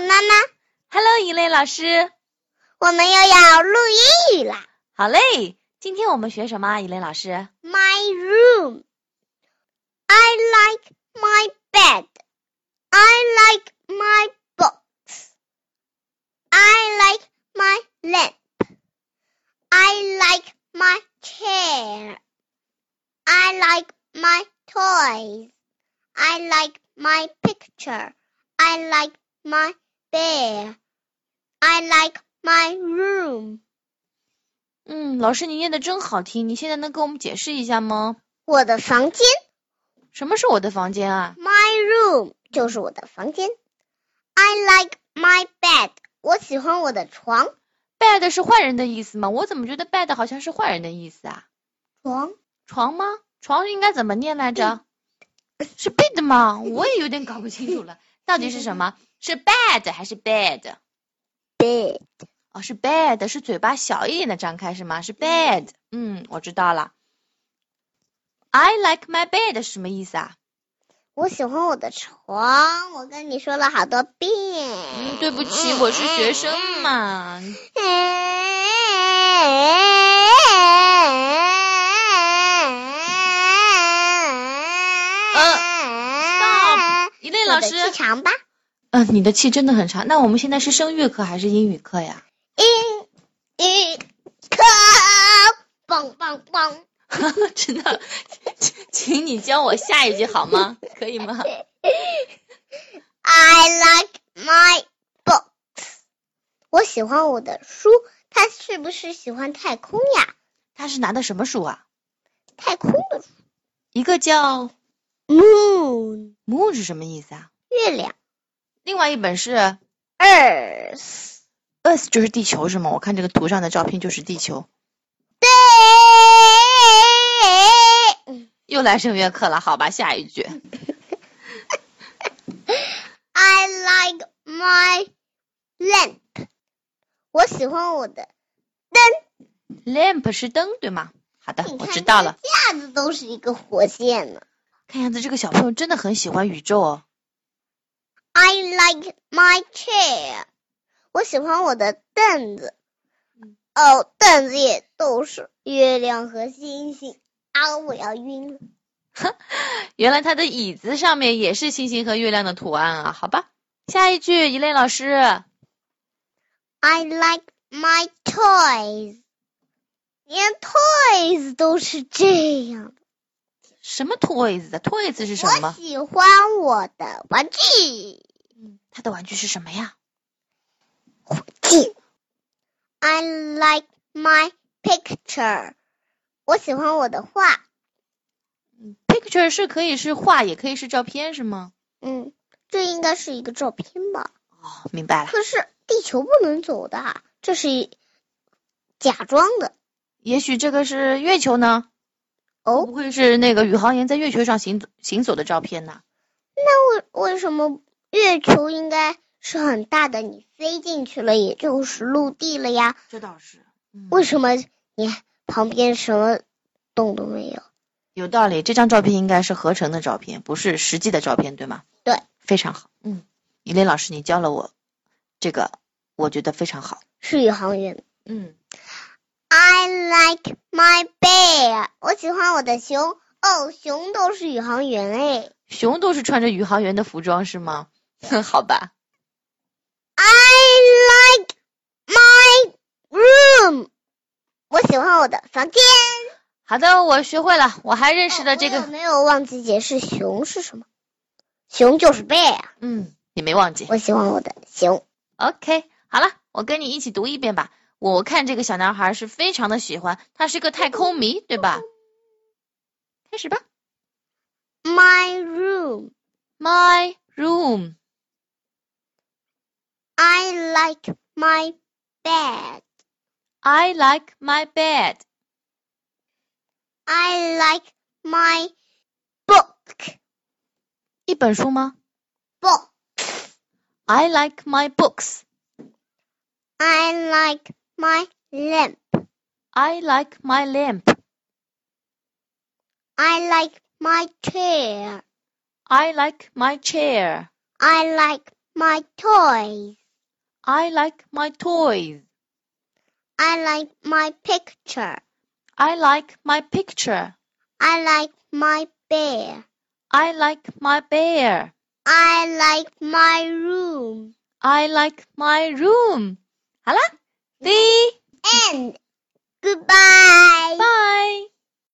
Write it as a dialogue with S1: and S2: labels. S1: 妈妈，
S2: Hello，一类老师。
S1: 我们又要录英语啦。
S2: 好嘞，今天我们学什么啊？一类老师
S1: My room. I like my bed. I like my books. I like my lamp. I like my chair. I like my toys. I like my picture. I like my bear. I like my room.
S2: 嗯，老师你念的真好听，你现在能给我们解释一下吗？
S1: 我的房间
S2: 什么是我的房间啊？
S1: My room 就是我的房间。I like my bed，我喜欢我的床。
S2: bed 是坏人的意思吗？我怎么觉得 bed 好像是坏人的意思啊？
S1: 床
S2: 床吗？床应该怎么念来着？是 bed 吗？我也有点搞不清楚了，到底是什么？是 bed 还是 bed？
S1: bed
S2: 哦，是 bed，是嘴巴小一点的张开是吗？是 bed。嗯，我知道了。I like my bed 是什么意思啊？
S1: 我喜欢我的床。我跟你说了好多遍。
S2: 嗯，对不起，我是学生 嘛。呃
S1: 嗯
S2: 一类老师，
S1: 气场吧，
S2: 嗯、你的气真的很差。那我们现在是声乐课还是英语课呀？
S1: 英语课，棒棒棒。
S2: 真的，请请你教我下一句好吗？可以吗？
S1: I like my books。我喜欢我的书。他是不是喜欢太空呀？
S2: 他是拿的什么书啊？
S1: 太空的书
S2: 一个叫
S1: moon
S2: moon 是什么意思啊？
S1: 月亮
S2: 另外一本是
S1: earth。
S2: earth 就是地球是吗？我看这个图上的照片就是地球。
S1: 对
S2: 又来声乐课了，好吧，下一句。
S1: ，I like my lamp。我喜欢我的
S2: lamp 是灯对吗？好的
S1: 你，
S2: 我
S1: 看
S2: 知道了。
S1: 架子都是一个火箭呢。
S2: 看样子这个小朋友真的很喜欢宇宙哦。
S1: I like my chair。我喜欢我的凳子。
S2: 嗯
S1: 哦，凳子也都是月亮和星星。啊，我要晕了。
S2: 原来他的椅子上面也是星星和月亮的图案啊，好吧。下一句，一类老师，
S1: I like my toys。连 toys 都是这样的。
S2: 什么 toys 啊？toys 是什
S1: 我
S2: 么？
S1: 喜欢我的玩具。
S2: 他的玩具是什么呀？嗯
S1: I like my picture。我喜欢我的画。
S2: Picture 是可以是画，也可以是照片，是吗？
S1: 嗯，这应该是一个照片吧。
S2: 哦，明白了，
S1: 可是地球不能走的啊，这是一假装的
S2: 也许这个是月球呢？会
S1: 哦。
S2: 不会是那个宇航员在月球上行走行走的照片呢？
S1: 那为为什么月球应该是很大的？你飞进去了，也就是陆地了呀。
S2: 这倒是，嗯
S1: 为什么你旁边什么洞都没有？
S2: 有道理。这张照片应该是合成的照片，不是实际的照片，对吗？
S1: 对，
S2: 非常好。嗯，一类老师，你教了我这个，我觉得非常好。
S1: 是宇航员。
S2: 嗯。
S1: I like my bear，我喜欢我的熊。哦，熊都是宇航员哎。
S2: 熊都是穿着宇航员的服装是吗？ 好吧，
S1: I like my room，我喜欢我的房间。
S2: 好的，我学会了，我还认识
S1: 哦
S2: 了
S1: 我
S2: 这
S1: 有
S2: 个，
S1: 没有忘记解释熊是什么？熊就是 bear，
S2: 嗯，你没忘记。
S1: 我喜欢我的熊。
S2: OK，好了，我跟你一起读一遍吧。我看这个小男孩是非常的喜欢，他是个太空迷，
S1: 嗯
S2: 对吧？开始吧。
S1: My room,
S2: My room,
S1: I like my bed.
S2: I like my bed.
S1: I like my book,
S2: 一本书吗
S1: book.
S2: ？I like my books.
S1: I like my lamp.
S2: I like my lamp.
S1: I like my chair.
S2: I like my chair.
S1: I like my toys.
S2: I like my toys.
S1: I like my picture.
S2: I like my picture.
S1: I like my bear.
S2: I like my bear.
S1: I like my room.
S2: I like my room. 好啦，第一，
S1: And goodbye.
S2: 拜。